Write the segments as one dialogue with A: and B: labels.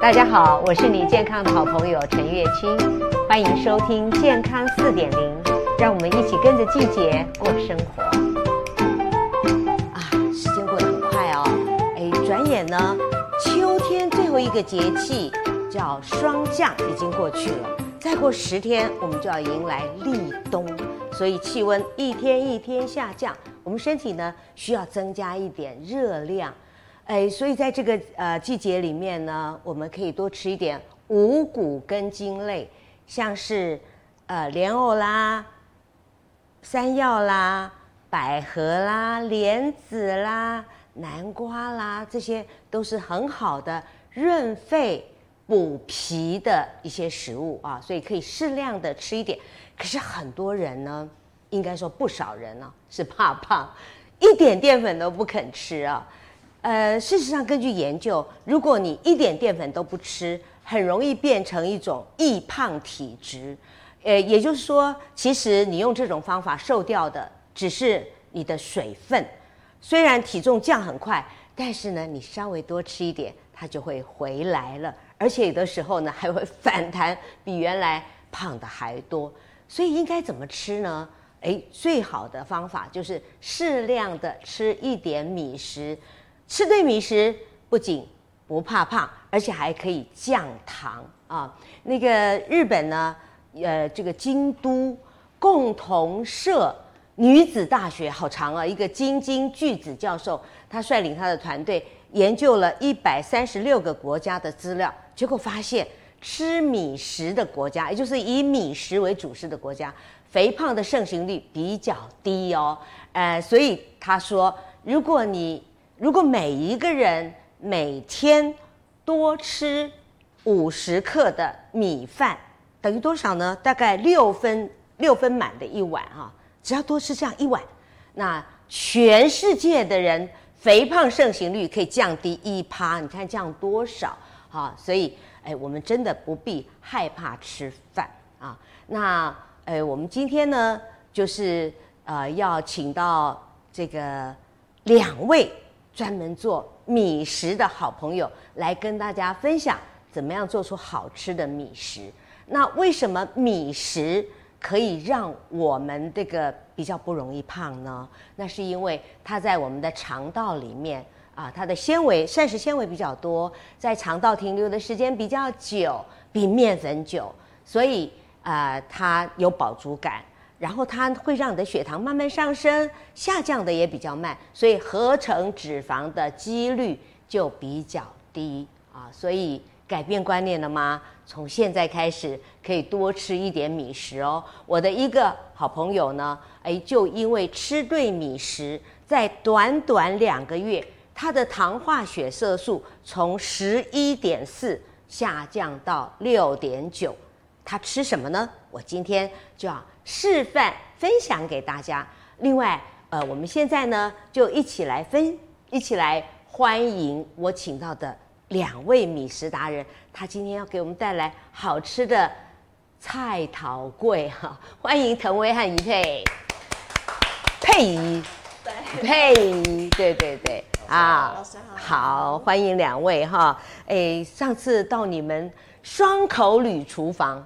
A: 大家好，我是你健康的好朋友陈月清，欢迎收听《健康四点零》，让我们一起跟着季节过生活。啊，时间过得很快哦，哎，转眼呢，秋天最后一个节气叫霜降已经过去了，再过十天我们就要迎来立冬，所以气温一天一天下降，我们身体呢需要增加一点热量。哎，所以在这个呃季节里面呢，我们可以多吃一点五谷根茎类，像是呃莲藕啦、山药啦、百合啦、莲子啦、南瓜啦，这些都是很好的润肺补脾的一些食物啊，所以可以适量的吃一点。可是很多人呢，应该说不少人呢、是怕胖，一点淀粉都不肯吃啊。呃，事实上，根据研究，如果你一点淀粉都不吃，很容易变成一种易胖体质。呃，也就是说，其实你用这种方法瘦掉的只是你的水分，虽然体重降很快，但是呢，你稍微多吃一点，它就会回来了，而且有的时候呢还会反弹，比原来胖的还多。所以应该怎么吃呢？哎，最好的方法就是适量的吃一点米食，吃对米食不仅不怕胖，而且还可以降糖啊。那个日本呢，呃，这个京都共同社女子大学好长啊，一个金津巨子教授，他率领他的团队研究了一百三十六个国家的资料，结果发现吃米食的国家，也就是以米食为主食的国家，肥胖的盛行率比较低哦。呃，所以他说，如果你如果每一个人每天多吃五十克的米饭，等于多少呢？大概六分六分满的一碗哈、只要多吃这样一碗，那全世界的人肥胖盛行率可以降低一趴，你看降多少哈、所以，哎，我们真的不必害怕吃饭啊。那，哎，我们今天呢，就是呃，要请到这个两位专门做米食的好朋友来跟大家分享怎么样做出好吃的米食。那为什么米食可以让我们这个比较不容易胖呢？那是因为它在我们的肠道里面啊，它的纤维膳食纤维比较多，在肠道停留的时间比较久，比面粉久，所以呃，它有饱足感。然后它会让你的血糖慢慢上升，下降的也比较慢，所以合成脂肪的几率就比较低啊。所以改变观念了吗？从现在开始可以多吃一点米食哦。我的一个好朋友呢，哎，就因为吃对米食，在短短两个月，他的糖化血色素从十一点四下降到六点九。他吃什么呢？我今天就要示范分享给大家。另外，呃，我们现在呢就一起来分，一起来欢迎我请到的两位米食达人，他今天要给我们带来好吃的菜桃粿哈。欢迎腾威和于佩，佩仪，佩仪，对对对，啊
B: 老师好
A: 好，欢迎两位哈。哎，上次到你们双口旅厨房，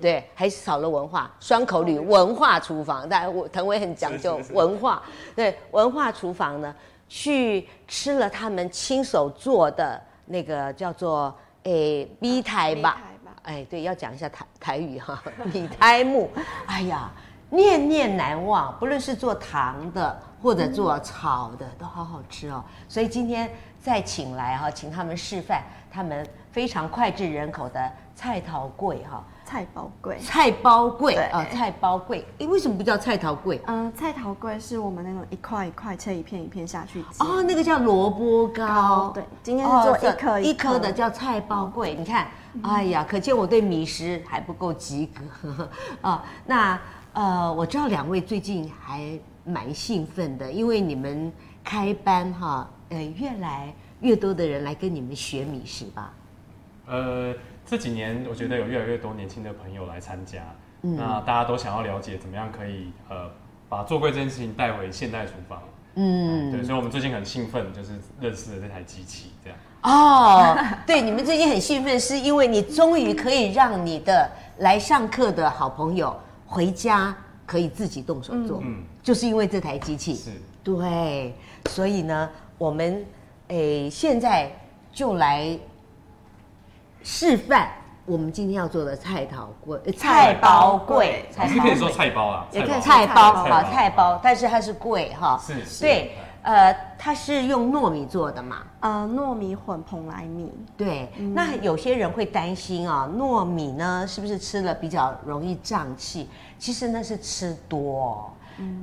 A: 对，还少了文化，双口旅文化厨房，但我腾伟很讲究文化，对文化厨房呢，去吃了他们亲手做的那个叫做诶米苔吧
B: 啊米苔吧，
A: 哎，对，要讲一下台台语哈， 米苔木，哎呀，念念难忘，不论是做糖的或者做炒的，都好好吃哦。所以今天再请来哈、请他们示范他们非常脍炙人口的菜桃粿哈、
B: 菜包粿。
A: 菜包粿
B: 对
A: 啊、菜包粿，诶，为什么不叫菜桃粿？
B: 嗯、菜桃粿是我们那种一块一块切一片一片下去煎。
A: 哦，那个叫萝卜糕
B: 糕，对今天是做
A: 哦
B: 一颗
A: 一
B: 一颗
A: 颗的叫菜包粿。你看，哎呀，可见我对米食还不够及格 啊、那呃，我知道两位最近还蛮兴奋的，因为你们开班哈，呃，越来越多的人来跟你们学米食吧。
C: 呃，这几年我觉得有越来越多年轻的朋友来参加，
A: 嗯
C: 那大家都想要了解怎么样可以呃把做柜这件事情带回现代厨房，
A: 嗯
C: 对，所以我们最近很兴奋，就是认识了这台机器，这样。
A: 哦，对，你们最近很兴奋，是因为你终于可以让你的来上课的好朋友回家可以自己动手做，
C: 嗯嗯
A: 就是因为这台机器。
C: 是
A: 对，所以呢，我们诶现在就来示范我们今天要做的菜桃柜、呃
B: 菜包柜
A: 菜
C: 我
A: 包
C: 们可以
A: 柜
C: 说菜包啦，
A: 也可
C: 包
A: 以菜包
B: 菜包
A: 好菜包，但是它是柜哈，
C: 是是
A: 对，呃，它是用糯米做的嘛，
B: 呃，糯米混蓬莱米，
A: 对，那有些人会担心啊、糯米呢是不是吃了比较容易胀气？其实呢是吃多、哦，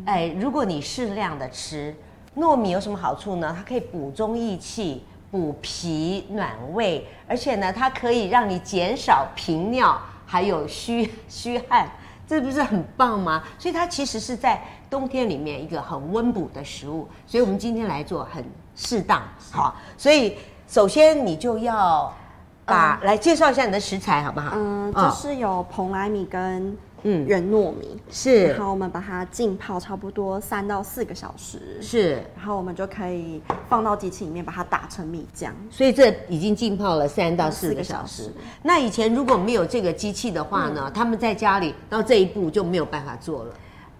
A: 哎，如果你适量的吃，糯米有什么好处呢？它可以补中益气、补脾暖胃，而且呢它可以让你减少频尿，还有虚 虚汗。这不是很棒吗？所以它其实是在冬天里面一个很温补的食物，所以我们今天来做很适当好。所以首先你就要把、来介绍一下你的食材好不好？
B: 嗯、
A: 啊
B: 就是有蓬莱米跟
A: 嗯
B: 圆糯米，
A: 是
B: 然后我们把它浸泡差不多三到四个小时，
A: 是，
B: 然后我们就可以放到机器里面把它打成米浆。
A: 所以这已经浸泡了三到四
B: 四
A: 个
B: 个
A: 小
B: 小
A: 时
B: 时。
A: 那以前如果没有这个机器的话呢，他们在家里到这一步就没有办法做了。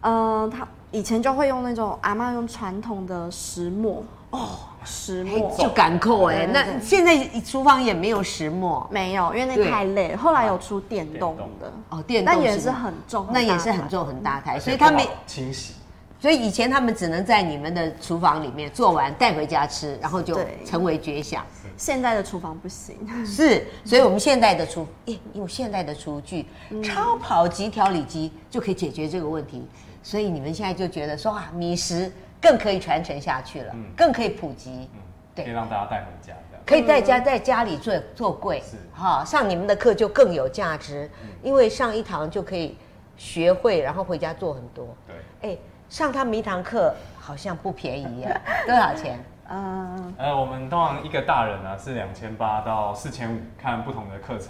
B: 嗯，它以前就会用那种阿嬷用传统的石磨哦，石磨
A: 就赶扣哎，
B: 对嗯对
A: 那
B: 对
A: 现在厨房也没有石磨
B: 没有，因为
A: 对
B: 那太累。后来有出电动的，
A: 哦，电动
B: 但也
A: 石
B: 是
A: 磨
B: 很重，
A: 那也
B: 大
A: 是很
B: 台。嗯
A: 重很大台，
C: 而且
A: 所以他
C: 不
A: 们
C: 好清洗，
A: 所以以前他们只能在你们的厨房里面做完带回家吃，然后就
B: 对嗯
A: 成为绝响。
B: 现在的厨房不行，
A: 是，所以我们现代的厨，诶有现代的厨具，超跑级调理机就可以解决这个问题。所以你们现在就觉得说啊，米食更可以传承下去了，更可以普及，
C: 嗯，
A: 对
C: 可以让大家带回家这样。
A: 可以在家在家里做做柜
C: 是，
A: 哈、上你们的课就更有价值，因为上一堂就可以学会，然后回家做很多。
C: 对，
A: 哎，上他们一堂课好像不便宜耶，多少钱？
B: 嗯，
C: 呃，我们通常一个大人呢是两千八到四千五，看不同的课程，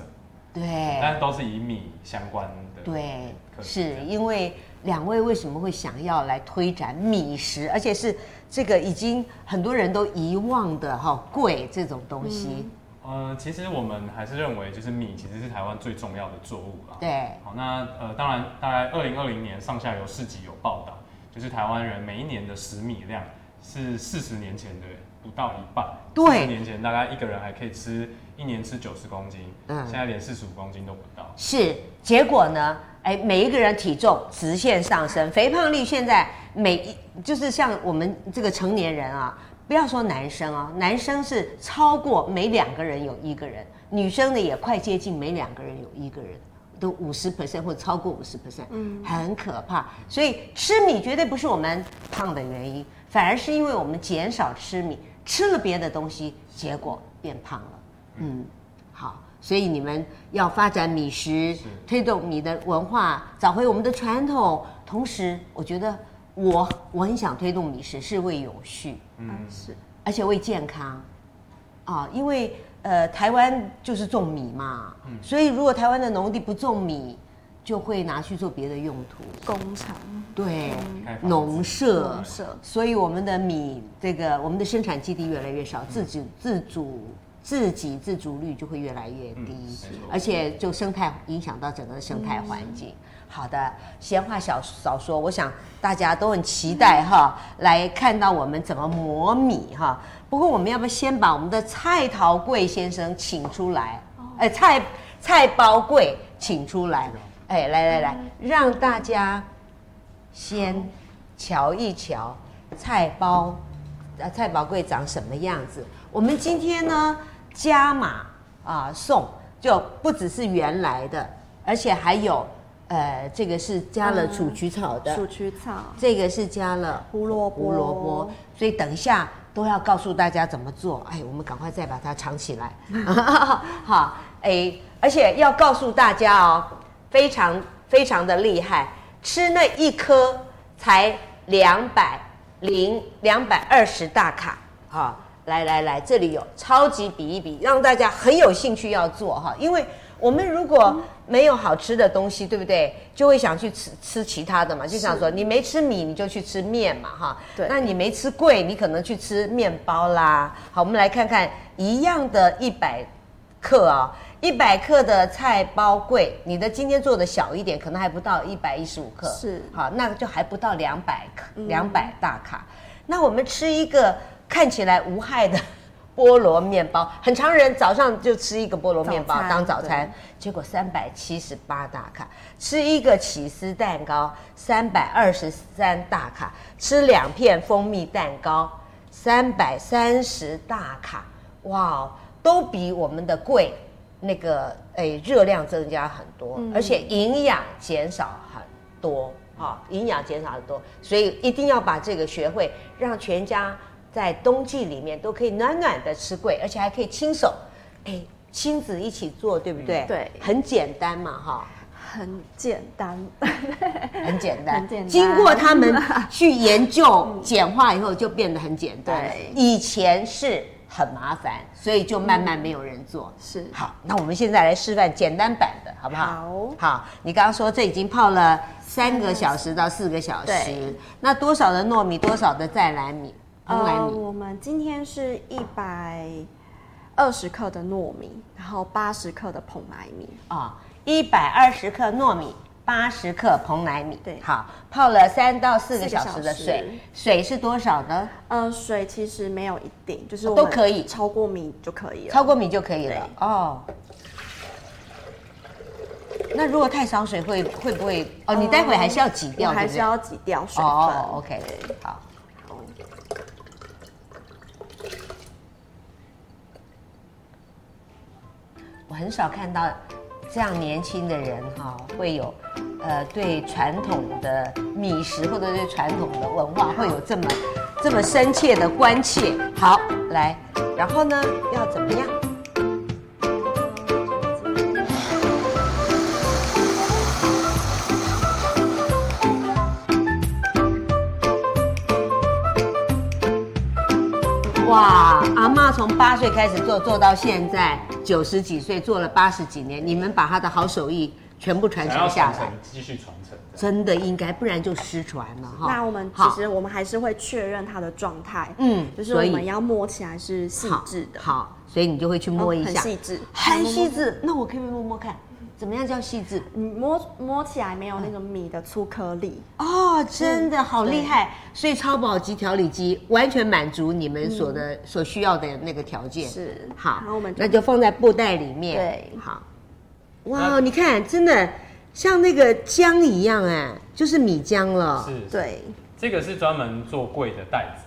C: 但
A: 对
C: 是都是以米相关的。
A: 对，
C: 哎可以
A: 是因为两位为什么会想要来推展米食，而且是这个已经很多人都遗忘的哈、贵这种东西，
C: 呃，其实我们还是认为，就是米其实是台湾最重要的作物啦。
A: 对
C: 好，那呃，当然，大概二零二零年上下游市集有报道，就是台湾人每一年的食米量是四十年前的不到一半。
A: 对
C: 40年前大概一个人还可以吃一年吃九十公斤，
A: 嗯
C: 现在连四十五公斤都不到。
A: 是结果呢？哎，每一个人体重直线上升，肥胖率现在每一就是像我们这个成年人啊，不要说男生啊，男生是超过每两个人有一个人，女生呢也快接近每两个人有一个人，都五十 percent 或超过五十 percent，嗯，很可怕。所以吃米绝对不是我们胖的原因，反而是因为我们减少吃米，吃了别的东西，结果变胖了。嗯，好，所以你们要发展米食，推动你的文化，找回我们的传统。同时，我觉得我我很想推动米食是为有序，
B: 嗯，是，
A: 而且为健康啊，因为呃，台湾就是种米嘛，所以如果台湾的农地不种米，就会拿去做别的用途。
B: 工厂
A: 对，
C: 开放
A: 农舍
B: 农，舍
A: 所以我们的米，这个我们的生产基地越来越少，自主自主自给自足率就会越来越低，
C: 嗯是
A: 而且就生态影响到整个生态环境。好的，闲话少少说，我想大家都很期待哈，来看到我们怎么磨米哈。不过我们要不要先把我们的蔡桃贵先生请出来？哎、蔡蔡包贵请出来，哎、来来来，让大家先瞧一瞧菜包，呃，菜包柜长什么样子？我们今天呢加码啊、送，就不只是原来的，而且还有呃，这个是加了
B: 嗯
A: 鼠曲草的，
B: 鼠曲草，
A: 这个是加了
B: 胡萝卜
A: 胡萝卜，所以等一下都要告诉大家怎么做。哎，我们赶快再把它藏起来。 好，哎，而且要告诉大家哦，非常非常的厉害，吃那一颗才两百零两百二十大卡。好，来来来，这里有超级比一比，让大家很有兴趣要做哈，因为我们如果没有好吃的东西，对不对？就会想去吃吃其他的嘛，就想说你没吃米，你就去吃面嘛，哈。
B: 对
A: 那你没吃贵，你可能去吃面包啦。好，我们来看看一样的一百克啊、1一百克的菜包贵，你的今天做的小一点，可能还不到一百一十五克，
B: 是嗯
A: 好，那就还不到两百克，两百大卡。那我们吃一个看起来无害的菠萝面包，很常人早上就吃一个菠萝面包
B: 早餐
A: 当早餐，结果三百七十八大卡；吃一个起司蛋糕，三百二十三大卡；吃两片蜂蜜蛋糕，三百三十大卡。哇哦，都比我们的贵那个诶热量增加很多，而且营养减少很多啊、营养减少很多，所以一定要把这个学会，让全家在冬季里面都可以暖暖的吃桂，而且还可以亲手，哎，亲子一起做，对不对？
B: 嗯对
A: 很简单嘛，哈。
B: 很简单，
A: 很简单，
B: 很简单
A: 经过他们去研究简化以后，就变得很简单。
B: 对
A: 以前是很麻烦，所以就慢慢没有人做。
B: 是
A: 好，那我们现在来示范简单版的，好不好
B: 嗯好？
A: 好，你刚刚说这已经泡了三个小时到四个小时
B: 对，
A: 那多少的糯米，多少的再来米、蓬莱
B: 呃，
A: 米？
B: 我们今天是一百二十克的糯米，然后八十克的蓬莱米，
A: 啊，一百二十克糯米，八十克蓬莱米，
B: 对
A: 好，泡了三到四个
B: 四个
A: 小时的
B: 小时
A: 水，水是多少呢？
B: 呃，水其实没有一定，就是
A: 哦
B: 我们
A: 都可以
B: 超过米就可以了。
A: 超过米就可以了
B: 对
A: 哦。那如果太少水会会不会？哦，你待会还是要挤掉，
B: 嗯我还是
A: 对
B: 要挤掉
A: 不
B: 水
A: 对
B: 分。
A: 哦哦，OK，
B: 对
A: 好。
B: 好
A: 我很少看到这样年轻的人哈、会有呃对传统的米食或者对传统的文化会有这么这么深切的关切。好，来，然后呢要怎么样？哇，阿嬷从八岁开始做，做到现在九十几岁，做了八十几年。你们把她的好手艺全部传
C: 想
A: 承
C: 要
A: 下来
C: 传承，，继续传承这样。
A: 真的应该，不然就失传了哈。
B: 那我们其
A: 好
B: 实我们还是会确认它的状态，
A: 嗯
B: 就是我
A: 所以
B: 们要摸起来是细
A: 好
B: 致的，哦
A: 好所以你就会去摸一
B: 很
A: 下，
B: 细致，
A: 很细致。那我可以摸摸看，怎么样叫细致？
B: 你摸摸起来没有那种米的粗颗粒，
A: 哦，真的好厉
B: 嗯
A: 害！所以超薄级调理机完全满足你们所的、所需要的那个条件。
B: 嗯是
A: 嗯好，
B: 然后我们
A: 那就放在布袋里面。
B: 对
A: 好。哇，你看，真的像那个浆一样哎，就是米浆了。
C: 是，
B: 对，
C: 这个是专门做柜的袋子，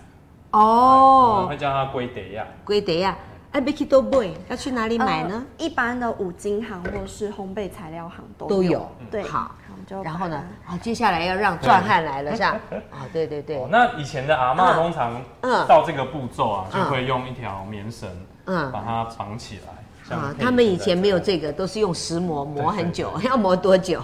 C: 我们
A: 哦
C: 会，叫它龟得亚。
A: 龟德呀，哎 b i k i d o boy 要去哪里买呢？
B: 呃一般的五金行或是烘焙材料行都
A: 都有嗯
B: 对，
A: 好
B: 我们就
A: 然后呢
B: 把它？
A: 好、接下来要让壮汉来了，是吧？啊、对对对，
C: 哦，那以前的阿
A: 嗯
C: 嬷通常
A: 嗯
C: 到这个步骤啊，就
A: 嗯
C: 会用一条棉绳
A: 嗯
C: 把它绑起来。像
A: 啊，
C: 佩
A: 他们
C: 现
A: 以
C: 在
A: 前没有
C: 样
A: 这个，都是用石磨磨
C: 对
A: 很
C: 对
A: 久， 要磨多久？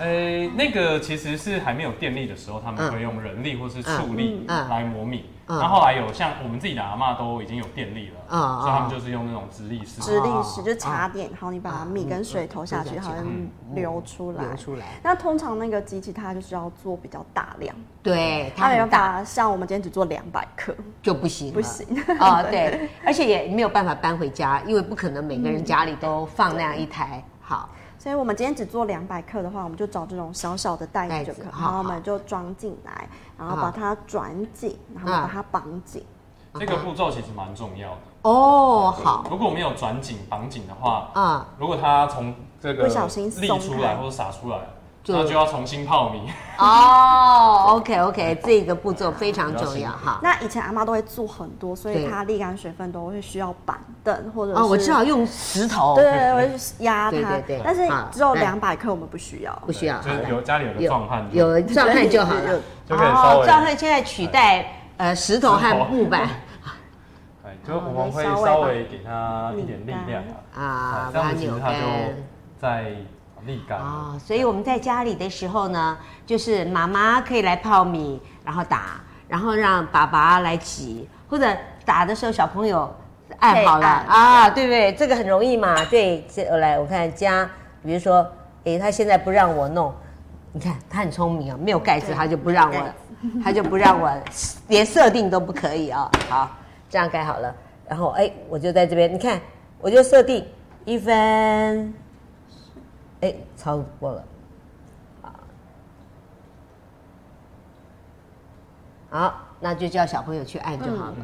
C: 诶，那个其实是还没有电力的时候，他
A: 嗯
C: 们会用人力或是畜力
A: 嗯嗯
C: 来磨米。
A: 嗯
C: 那后来有像我们自己的阿嬷都已经有电力
A: 嗯嗯
C: 了，所以他们就是用那种直立式。
B: 直立
A: 哦
B: 式，就是茶点，然后你把米跟水投下去，
A: 嗯
B: 好像流出来
A: 流。出来，
B: 那通常那个机器它就是要做比较大量，
A: 对，
B: 它
A: 它
B: 没
A: 很
B: 办
A: 大嗯
B: 法像我们今天只做两百克，
A: 就不行了，
B: 不行
A: 哦， 对，而且也没有办法搬回家，因为不可能每个人家里都放那样一台。好，
B: 所以我们今天只做两百克的话，我们就找这种小小的袋子就可以
A: 袋，子
B: 然
A: 好
B: 后我们就装进来，然后把它转紧，然
A: 嗯
B: 后把它绑紧。
C: 这个步骤其实蛮重要的。
A: 哦，好，
C: 如果没有转紧绑紧的话，
A: 啊，
C: 如果它从这个
B: 不小心
C: 沥
B: 松
C: 出
B: 开
C: 来或者洒出来，
A: 就
C: 那就要重新泡米。
A: 哦，OK OK，这个步骤非常重要哈。
B: 那以前阿妈都会做很多，所以
A: 对
B: 它沥干水分都会需要板凳或者是
A: 哦，我知道用石头，
B: 对，对对，我会去压
A: 对
B: 它
A: 对对，
B: 但是
A: 好
B: 只有
A: 来
B: 两百克我们不需要。
A: 不需要，
C: 就
A: 好
C: 是
A: 了
C: 有家里有个壮汉就，
A: 有壮汉就好了
B: 有，
C: 就可以稍微
A: 壮汉现在取代呃石头
C: 石头
A: 和木板。
C: 哎，就是
B: 好
C: 我们会
B: 稍微
C: 稍
B: 把
C: 微给它一点力量啊，
A: 啊
C: 哎，这样
A: 把它
C: 子其
A: 扭
C: 实它就
A: 干
C: 在沥干了。
A: 哦，所以我们在家里的时候呢，就是妈妈可以来泡米，然后打，然后让爸爸来挤，或者打的时候小朋友按好了
B: 可以按
A: 啊，对不对？这个很容易嘛，对，这呃来我看加，比如说，诶，他现在不让我弄，你看他很聪明啊、没有盖子
B: 对
A: 他就不让我
B: 没有盖，
A: 他就不让我，连设定都不可以啊、好，这样盖好了，然后诶，我就在这边，你看，我就设定一分，诶，超过哎了。好好，那就叫小朋友去按就好了。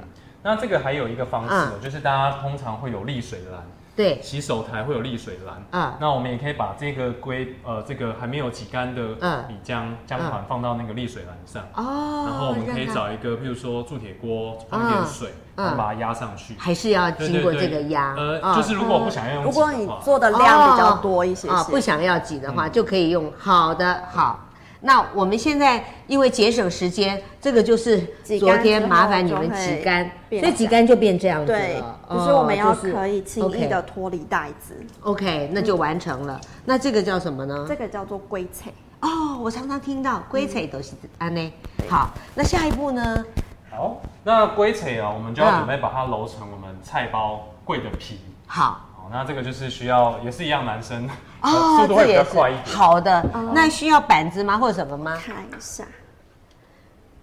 C: 那这个还有一个方式哦，就是大家通常会有沥水篮，
A: 嗯
B: 嗯
A: 对，
C: 洗手台会有沥水篮。
A: 嗯
C: 那我们也可以把这个龟呃这个还没有挤干的
A: 嗯
C: 米浆浆团放到那个沥水篮上，
A: 哦，
C: 然后我们可以
A: 让它
C: 找一个，譬如说铸铁锅放一点水，
A: 嗯
C: 然后把它压上去。
A: 还是要
C: 对
A: 经
C: 对
A: 过这
C: 对，
A: 个压，
C: 呃，
A: 嗯
C: 就是如果不想要用
B: 如
C: 挤的
B: 果
C: 话，
B: 你做的量比较多一些
A: 哦哦不
B: 些，
A: 想要挤的话
C: 嗯
A: 就可以用好的好。那我们现在因为节省时间，这个就是
B: 挤干
A: 昨天
B: 之后
A: 麻烦你们
B: 就会
A: 挤干，
B: 变
A: 所以挤干就变这样子
B: 对
A: 了。，
B: 就是我们要
A: 哦就是
B: 可以轻易
A: OK 嗯
B: 的脱离袋子，
A: OK，那就完成了。那这个叫什么呢？
B: 这个叫做龟菜。
A: 哦，我常常听到龟腿都是安
C: 嗯
A: 呢。好，那下一步呢？
C: 好，那龟腿啊，我们就要
A: 嗯
C: 准备把它揉成我们菜包桂的皮。
A: 好，
C: 好，那这个就是需要，也是一样，男生、
A: 哦，
C: 速度会比较快一点。嗯
A: 好的。那需要板子吗，或者什么吗？
B: 看一下，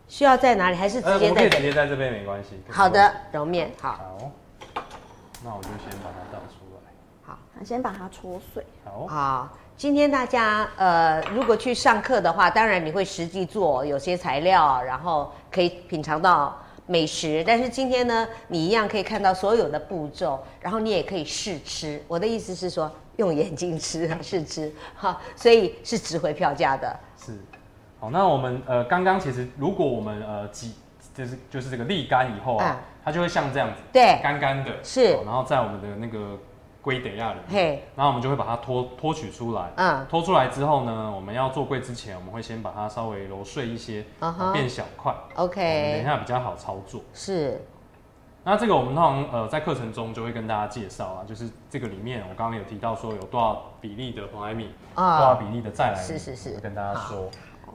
A: 需要在哪里？还是
C: 呃，
A: 直
C: 我
A: 接
C: 们可
A: 在
C: 以
A: 这
C: 直
A: 里？
C: 接在这边没关系。
A: 好的，揉面好。
C: 好，那我就先把它倒出来。
B: 啊先把它戳碎。
C: 好，
A: 好，今天大家呃，如果去上课的话，当然你会实际做，有些材料，然后可以品尝到美食。但是今天呢，你一样可以看到所有的步骤，然后你也可以试吃。我的意思是说，用眼睛吃试吃，哈，所以是值回票价的。
C: 是。好，那我们呃，刚刚其实如果我们呃挤，就是就是这个沥干以后啊，
A: 嗯
C: 它就会像这样子，
A: 对
C: 干干的，
A: 是
C: 好然后在我们的那个龟得亚里面，
A: 嘿，
C: 然后我们就会把它脱脱取出来。
A: 嗯，
C: 脱啊出来之后呢，我们要做桂之前，我们会先把它稍微揉碎一些
A: 嗯哼哎
C: 变小块。我们等一
A: OK，
C: 下比较好操作。
A: 是
C: 那这个我们通常呃在课程中就会跟大家介绍啊，就是这个里面我刚刚有提到说有多少比例的蓬莱米，
A: 啊
C: 多少比例的再来
A: 是
C: 米，
A: 是是
C: 我会跟大家说。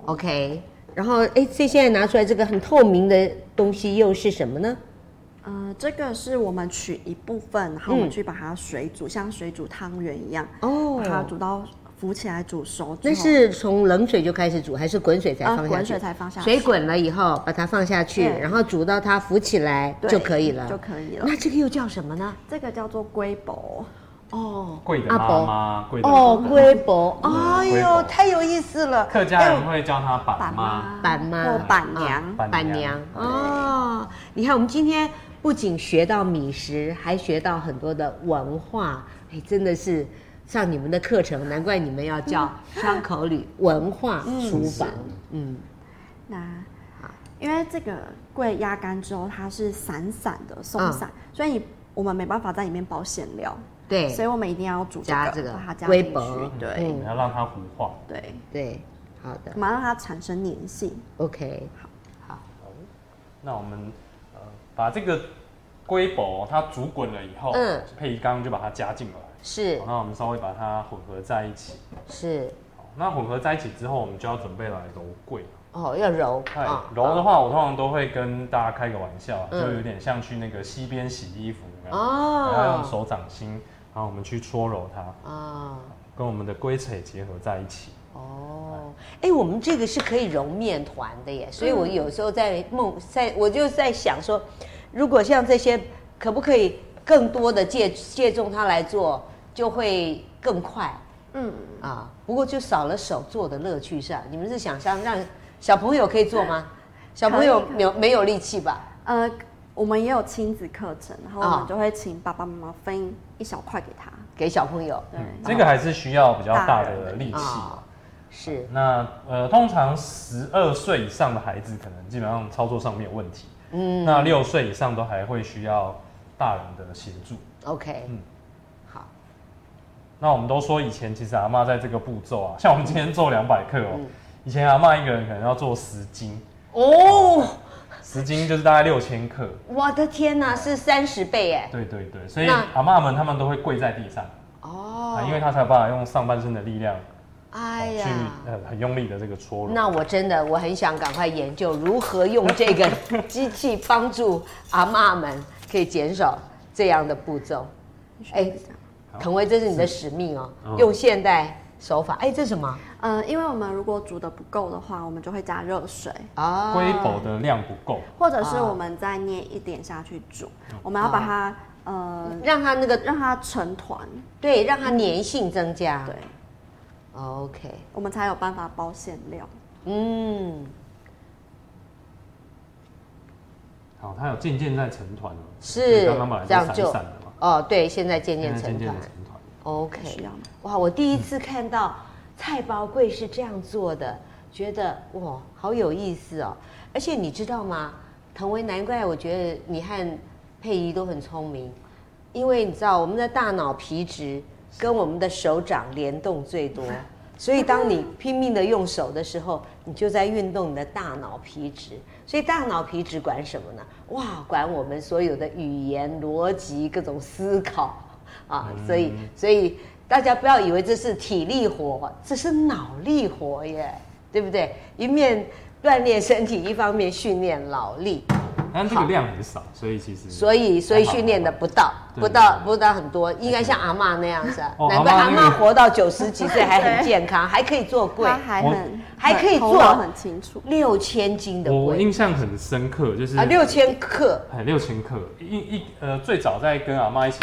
A: OK。然后，哎，这现在拿出来这个很透明的东西又是什么呢？
B: 呃，这个是我们取一部分，然后我
A: 嗯
B: 们去把它水煮，像水煮汤圆一样，
A: 哦
B: 把它煮到浮起来煮熟之
A: 那
B: 后，
A: 是从冷水就开始煮，还是滚水才放
B: 啊
A: 下去？
B: 滚水才放下去
A: 水滚了以后，把它放下去，
B: 对
A: 然后煮到它浮起来
B: 对
A: 就可以了。
B: 就可以了。
A: 那这个又叫什么呢？
B: 这个叫做龟薄，
A: 哦，
C: 贵的
A: 阿
C: 妈
A: 伯
C: 妈，贵的
A: 哦，
C: 婆婆
A: 龟伯，哎
C: 龟
A: 呦，
C: 伯
A: 太有意思了。
C: 客家
A: 哎
C: 人会叫它板妈，
A: 啊板妈
B: 或哦板娘，
A: 呦板娘哦，你看我们今天不仅学到米食，还学到很多的文化，哎，真的是。上你们的课程，难怪你们要叫双口语文化厨房。嗯，
B: 那因为这个桂压干之后，它是散散的、松散，所以你我们没办法在里面包馅料，
A: 嗯对。
B: 所以我们一定要煮这
A: 加
B: 个，
A: 这个
B: 把它加
A: 龟
B: 进
A: 薄嗯
B: 去，对、
C: 我们要让它糊化。
B: 对，
A: 对，好的
B: 我们要让它产生粘性。
A: ，OK，
C: 那我们呃把这个龟薄它煮滚了以后，
A: 嗯
C: 配缸就把它加进来，
A: 是
C: 好那我们稍微把它混合在一起。
A: 是，
C: 好，那混合在一起之后，我们就要准备来揉桂。
A: 哦，要揉
C: 哎
A: 啊，
C: 揉的话，我通常都会跟大家开个玩笑啊，就
A: 嗯
C: 有点像去那个溪边洗衣服一样，然后用
A: 哦，
C: 手掌心，然后我们去搓揉它，
A: 啊，
C: 跟我们的龟腿结合在一起。
A: 哦，哎，我们这个是可以揉面团的耶，所以我
B: 嗯
A: 有时候在梦在，我就在想说，如果像这些，可不可以更多的借借重它来做，就会更快
B: 嗯，
A: 啊。不过就少了手做的乐趣上，你们是想象让小朋友可以做吗？小朋友
B: 可以
A: 没有没有力气吧？
B: 呃，我们也有亲子课程，然后我
A: 哦
B: 们就会请爸爸妈妈分一小块给他。
A: 给小朋友
B: 对，
C: 这个还是需要比较大的力气。
A: 啊，是
C: 那呃，通常十二岁以上的孩子可能基本上操作上没有问题，
A: 嗯
C: 那六岁以上都还会需要大人的协助。
A: OK，
C: 嗯
A: 好，
C: 那我们都说以前其实阿嬷在这个步骤啊， 像我们今天做两百克哦
A: 嗯，
C: 以前阿嬷一个人可能要做十斤，
A: 哦，
C: 十斤就是大概六千克。
A: 我的天哪，是三十倍哎，
C: 对对对，所以
A: 那
C: 阿嬷们他们都会跪在地上、
A: 哦
C: 啊，因为他才有办法用上半身的力量、
A: 哎
C: 去
A: 呀，
C: 呃很用力的这个搓揉。
A: 那我真的我很想赶快研究如何用这个机器帮助阿嬷们可以减少这样的步骤。哎
B: 哎，
D: 好
A: 腾威，这是你的使命哦
C: 嗯，
A: 用现代手法。哎，这是什么？
B: 呃，因为我们如果煮的不够的话，我们就会加热水，
A: 啊
D: 龟
C: 哦
D: 宝的量不够，
B: 或者是
A: 啊嗯
B: 我们再捏一点下去煮，我们要把它呃
A: 让它那个
B: 让它成团，
A: 对，让它粘性增加。
B: 对，
A: ，OK，
B: 我们才有办法包馅料。
A: 嗯，
C: 好，它有渐渐在成团了，
A: 是
C: 刚刚本来
A: 这样
C: 是
A: 就
C: 散散的嘛，
A: 哦，对，现在渐
C: 现
A: 渐
C: 在
A: 成
C: 渐渐
A: 团
C: 的。成团，
B: 还
A: OK，
B: 需要吗？
A: 哇，我第一次看到菜包柜是这样做的，觉得哇，好有意思哦！而且你知道吗，腾威，难怪我觉得你和佩仪都很聪明，因为你知道我们的大脑皮质跟我们的手掌联动最多，所以当你拼命的用手的时候，你就在运动你的大脑皮质。所以大脑皮质管什么呢？哇，管我们所有的语言、逻辑、各种思考啊。所以，所以大家不要以为这是体力活，这是脑力活耶，对不对？一面锻炼身体，一方面训练脑力。
C: 但这个量很少，所以其实
A: 所以所以训练的不到
C: 嗯对
A: 不到不到很多，应该像阿嬷那样子啊，
C: 哦
A: 难怪
C: 阿
A: 阿
C: 嬷那
A: 嬷
C: 个
A: 活到九十几岁还很健 康，还可以做柜
B: 它，还
C: 我
B: 很
A: 哦还可以
B: 头
A: 做
B: 脑很清楚。
A: 六千斤的
C: 我我
A: 柜
C: 印象很深刻，哦就是
A: 啊，六千克
C: 哎，六千克，一一呃，最早在跟阿妈一起，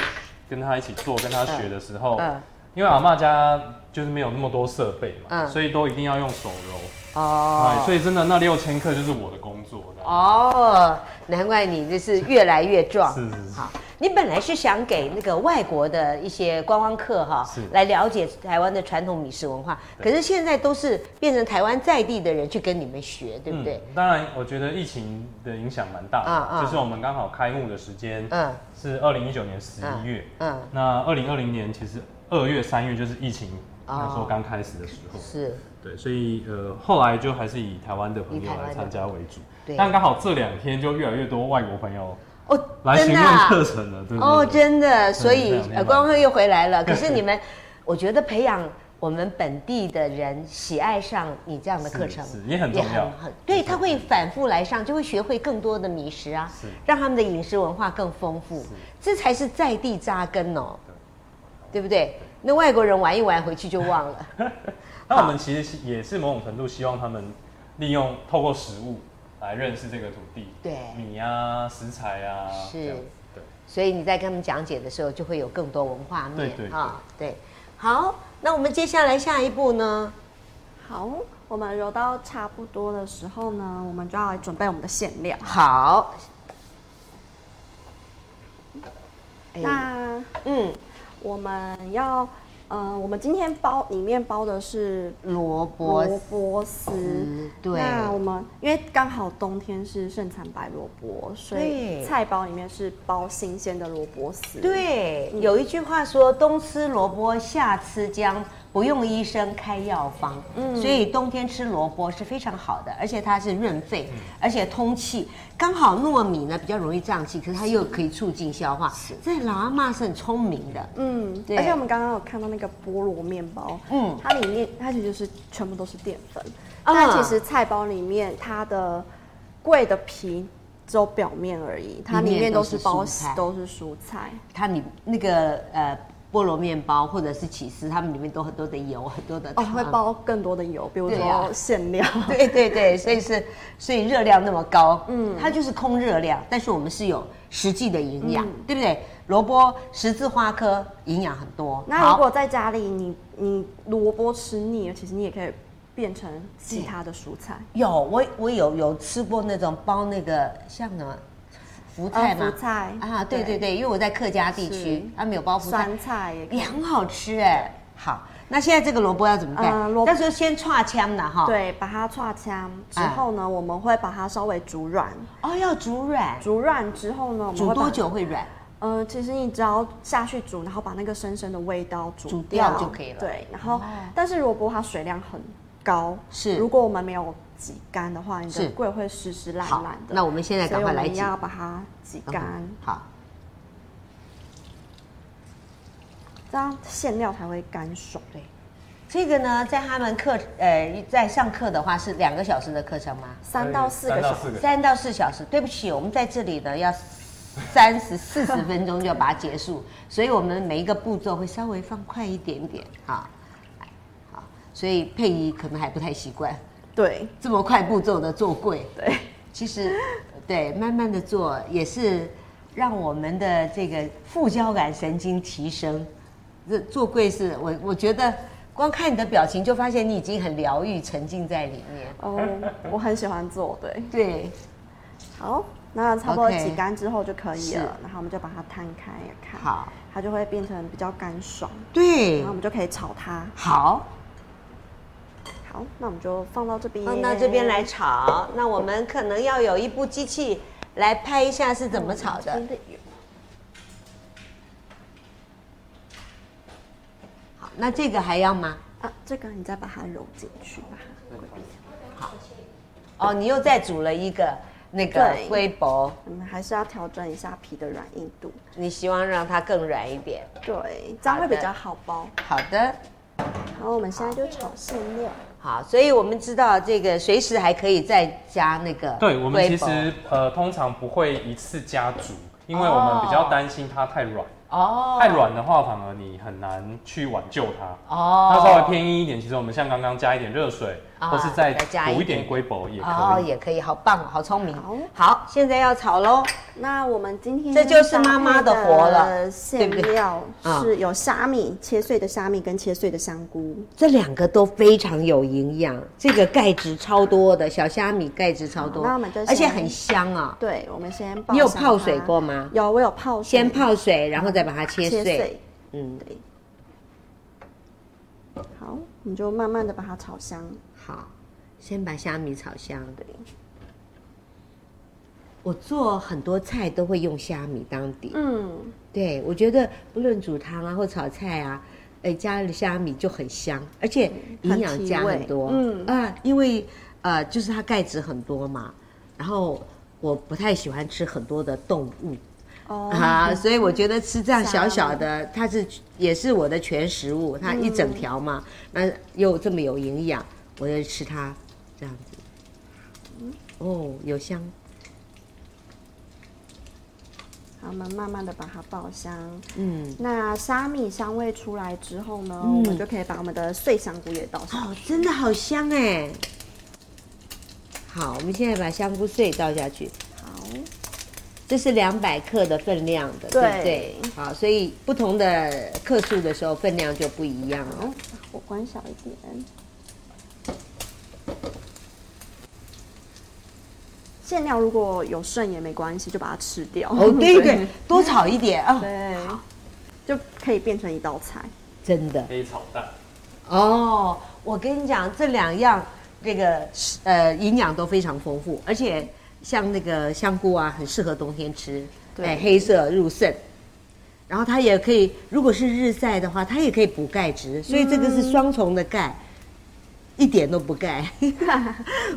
C: 跟她一起做，跟她学的时候，
A: 嗯
C: 因为阿妈家就是没有那么多设备嘛，
A: 嗯
C: 所以都一定要用手揉，哎、
A: 哦
C: 所以真的那六千克就是我的工作的，
A: 哦，难怪你就是越来越壮。
C: 是是是，
A: 好，你本来是想给那个外国的一些观光客哈
C: 是，
A: 来了解台湾的传统米食文化，可是现在都是变成台湾在地的人去跟你们学，对不对？
C: 嗯？当然，我觉得疫情的影响蛮大的，
A: 嗯嗯
C: 就是我们刚好开幕的时间
A: 嗯
C: 是二零一九年十
A: 嗯
C: 一月，
A: 嗯，
C: 那二零二零年其实二月、三月就是疫情那时候
A: 哦
C: 刚开始的时候，
A: 是
C: 对，所以呃，后来就还是以台湾的
A: 以
C: 朋友
A: 台湾
C: 来
A: 的
C: 参加为主。
A: 对
C: 但刚好这两天就越来越多外国朋友
A: 哦，
C: 来询
A: 真的
C: 问
A: 啊
C: 课程了，对不对？
A: 哦，真的，所
C: 这
A: 以
C: 两天
A: 呃，
C: 蛮
A: 观光客又回来 了。可是你们，我觉得培养我们本地的人喜爱上你这样的课程
C: 是是也很重要
A: 很对他会反复来上，就会学会更多的米食啊
C: 是，
A: 让他们的饮食文化更丰富
C: 是，
A: 这才是在地扎根哦，对不对？那外国人玩一玩回去就忘了，
C: 那我们其实是也是某种程度希望他们利用透过食物来认识这个土地，
A: 对
C: 米啊、食材啊，
A: 是
C: 这样子对。
A: 所以你在跟他们讲解的时候，就会有更多文化面
C: 对对对
A: 啊。对，好，那我们接下来下一步呢？
B: 好，我们揉到差不多的时候呢，我们就要来准备我们的馅料。
A: 好，哎
B: 那
A: 嗯，
B: 我们要，呃，我们今天包里面包的是
A: 萝卜
B: 萝卜丝。
A: 对
B: 那我们因为刚好冬天是盛产白萝卜，所
A: 对
B: 以菜包里面是包新鲜的萝卜丝。，
A: 对，有一句话说“冬吃萝卜，夏吃姜”，不用医生开药方。嗯，所以冬天吃萝卜是非常好的，而且它是润肺，
B: 嗯
A: 而且通气。刚好糯米呢比较容易胀气，可是它又可以促进消化。这老阿妈是很聪明的，
B: 嗯，
A: 对
B: 而且我们刚刚有看到那个菠萝面包，
A: 嗯
B: 嗯，它里面它其实就是全部都是淀粉，
A: 啊
B: 但其实菜包里面它的贵的皮只有表面而已，它
A: 里
B: 里
A: 面
B: 面
A: 都
B: 都
A: 是
B: 是包
A: 蔬菜
B: 都是蔬菜，
A: 它里那个呃菠萝面包或者是起司，它们里面都很多的油，很多的
B: 哦，
A: 糖。啊
B: 会包更多的油，比如
A: 嗯对啊
B: 说馅料，
A: 对对对，所以是所以热量那么高，嗯，它就是空热量，但是我们是有实际的营
B: 嗯
A: 养，对不对？萝卜十字花科营养很多，
B: 那如果在家里你你萝卜吃腻了，其实你也可以变成其他的蔬菜，
A: 有我我有有吃过那种包那个像什么呃福菜吗？
B: 呃福菜
A: 啊，对对
B: 对
A: 对，因为我在客家地区
B: 是，
A: 他们有包福菜，
B: 酸菜也可
A: 也
B: 以。
A: 很好吃哎。好，那现在这个萝卜要怎么
B: 呃
A: 办？
B: 萝
A: 那时候先串枪了哈，，
B: 对，把它串枪之
A: 嗯
B: 后呢，我们会把它稍微煮软，
A: 哦，要煮软，
B: 煮软之后呢，我们
A: 煮
B: 会把
A: 多？久会软？
B: 呃，其实你只要下去煮，然后把那个深深的味道煮
A: 煮掉就可以了哦
B: 对，然后、但是萝卜它水量很高，
A: 是
B: 如果我们没有挤干的话，你
A: 是
B: 的桂会湿湿烂
A: 好
B: 烂的。
A: 那我们现在
B: 所
A: 赶
B: 以
A: 快来
B: 我们
A: 挤嗯
B: 要把它挤干，
A: 好，
B: 这样馅料才会干爽。对，
A: 这个呢，在他们课呃在上课的话是两个小时的课程吗？
B: 三到四个
C: 三到
B: 小
C: 四
B: 时。
C: 个
A: 三到四小时。对不起，我们在这里呢要三十四十分钟就要把它结束，所以我们每一个步骤会稍微放快一点点哈。来好，所以佩仪可能还不太习惯
B: 对
A: 这么快步骤的做柜，
B: 对，
A: 其实对慢慢的做也是让我们的这个副交感神经提升。这做柜是我我觉得光看你的表情就发现你已经很疗愈，沉浸在里面。
B: 哦，我很喜欢做，对，
A: 对，
B: 好，那差不多
A: OK
B: 挤干之后就可以了
A: 是
B: 然后我们就把它摊开看，，
A: 好，嗯
B: 它就会变成比较干爽，
A: 对
B: 然后我，们就可以炒它。
A: 好。
B: 好，那我们就放到这边，
A: 放到这边来炒。那我们可能要有一部机器来拍一下是怎么炒的
B: 真。的有。
A: 好，那这个还要吗？
B: 啊，这个你再把它揉进去吧。
A: 哦，你又再煮了一个那个
B: 对
A: 微博，
B: 我们还是要调整一下皮的软硬度，
A: 你希望让它更软一点。
B: 对，这样会比较好包。
A: 好的，
B: 然后我们现在就炒馅料，
A: 好，所以我们知道这个随时还可以再加那个。
E: 对我们其实呃通常不会一次加足，因为我们比较担心它太软，
A: 哦，
E: 太软的话反而你很难去挽救它。
A: 哦，
E: 它稍微偏硬一点，其实我们像刚刚加一点热水，
A: 啊
E: 或是再
A: 再加一
E: 补一点
A: 点
E: 龟薄也
A: 哦，
E: 可以。
A: 也可以，好棒哦，好聪明
B: 好。
A: 好，现在要炒喽。
B: 那我们今天
A: 这就是妈妈的活了
B: 馅料
A: 对啊不对
B: 是有虾米切碎的虾米跟切碎的香菇，
A: 这两个都非常有营养，这个钙质超多的，小虾米钙质超多，
B: 好那我们就先
A: 而且很香啊、
B: 对，我们先爆
A: 你有
B: 香
A: 泡
B: 它
A: 水过吗
B: 有，我有泡水，
A: 先泡水，然后再把它切碎。
B: 切碎，
A: 嗯，
B: 对。好，我们就慢慢的把它炒香，
A: 好，先把虾米炒香。
B: 对，
A: 我做很多菜都会用虾米当底，
B: 嗯，
A: 对我觉得不论煮汤啊或炒菜啊，呃，加了虾米就很香，而且营养加很多。
B: 嗯很提味
A: 嗯啊，因为呃，就是它钙质很多嘛，然后我不太喜欢吃很多的动物。
B: 哦，
A: 啊，所以我觉得吃这样
B: 沙
A: 小
B: 拉
A: 小的，它是也是我的全食物，它一整条嘛，
B: 嗯
A: 那又这么有营养，我就吃它这样子。哦，有香，
B: 好我们慢慢的把它爆香。
A: 嗯，
B: 那虾米香味出来之后呢，
A: 嗯
B: 我们就可以把我们的碎香菇也倒上。
A: 哦，真的好香哎。好，我们现在把香菇碎倒下去，
B: 好，
A: 这是两百克的分量的，对不对
B: 对？
A: 好，所以不同的克数的时候，分量就不一样 了。
B: 好，哦我关小一点。馅料如果有剩也没关系，就把它吃掉。
A: 哦，对对，多炒一点啊，
B: 对，就可以变成一 道菜。
A: 真的。
E: 黑炒蛋，
A: 哦，我跟你讲，这两样这个呃营养都非常丰富，而且像那个香菇啊，很适合冬天吃，
B: 对
A: 哎黑色入肾。然后它也可以，如果是日晒的话，它也可以补钙
B: 嗯
A: 质，所以这个是双重的钙，一点都不钙，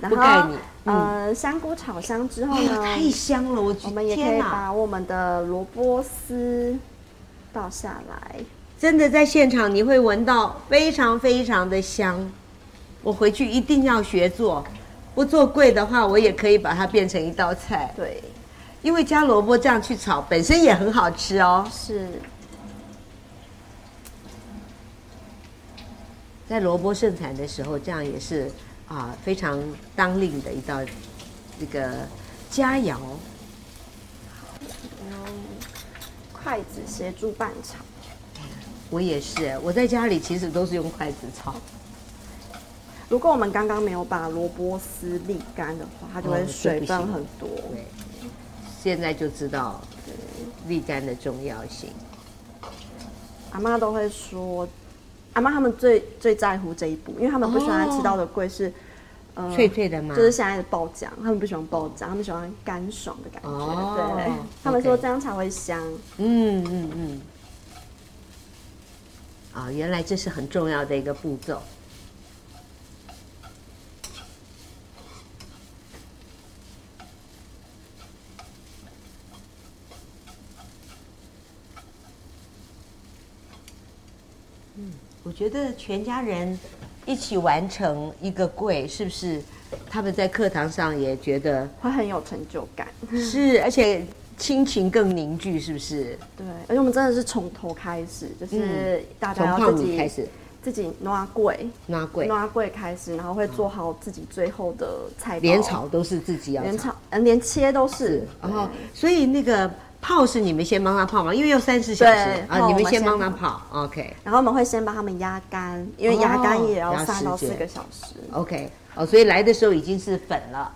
B: 然
A: 不盖你嗯
B: 呃，香菇炒香之后
A: 哎呀
B: 呢，
A: 太香了，我觉
B: 我
A: 得
B: 们也可
A: 天
B: 以
A: 哪！
B: 把我们的萝卜丝倒下来。
A: 真的在现场你会闻到非常非常的香，我回去一定要学做，不做贵的话，我也可以把它变成一道菜。
B: 对，
A: 因为加萝卜这样去炒，本身也很好吃哦。
B: 是，
A: 在萝卜盛产的时候，这样也是啊、非常当令的一道这个佳肴。
B: 用嗯筷子协助拌炒。
A: 我也是，我在家里其实都是用筷子炒，
B: 如果我们刚刚没有把萝卜丝沥干的话，它就
A: 哦
B: 会
A: 这
B: 水
A: 不
B: 分
A: 行
B: 很多。
A: 对，现在就知道沥干的重要性。
B: 阿妈都会说，阿妈他们最最在乎这一步，因为他们不喜欢吃到的贵是，呃
A: 脆脆的吗
B: 就是现在的爆浆，他们不喜欢爆浆，他们喜欢干爽的感觉。
A: 哦
B: 对
A: OK，
B: 他们说这样才会香。
A: 嗯嗯嗯。啊、原来这是很重要的一个步骤。嗯，我觉得全家人一起完成一个柜，是不是？他们在课堂上也觉得
B: 会很有成就感，
A: 是，而且亲情更凝聚，是不是？
B: 对，而且我们真的是从头开始，就是大
A: 嗯从
B: 家要
A: 泡
B: 自
A: 米
B: 己、
A: 开始，
B: 自己拿柜，
A: 拿贵
B: 拿柜开始，然后会做好自己最后的菜包，
A: 连炒都是自己要
B: 连
A: 炒，
B: 炒，嗯，连切都是
A: 是，，然后所以那个泡是你们先帮他泡嘛，因为要三十小时
B: 对
A: 啊，
B: 泡
A: 你
B: 我
A: 们
B: 们
A: 先
B: 先
A: 帮他泡，OK
B: 然后我们会先把它们压干，因为
A: 哦
B: 压干也要
A: 压时
B: 三到四
A: 间
B: 个小时。
A: OK 哦，所以来的时候已经是粉了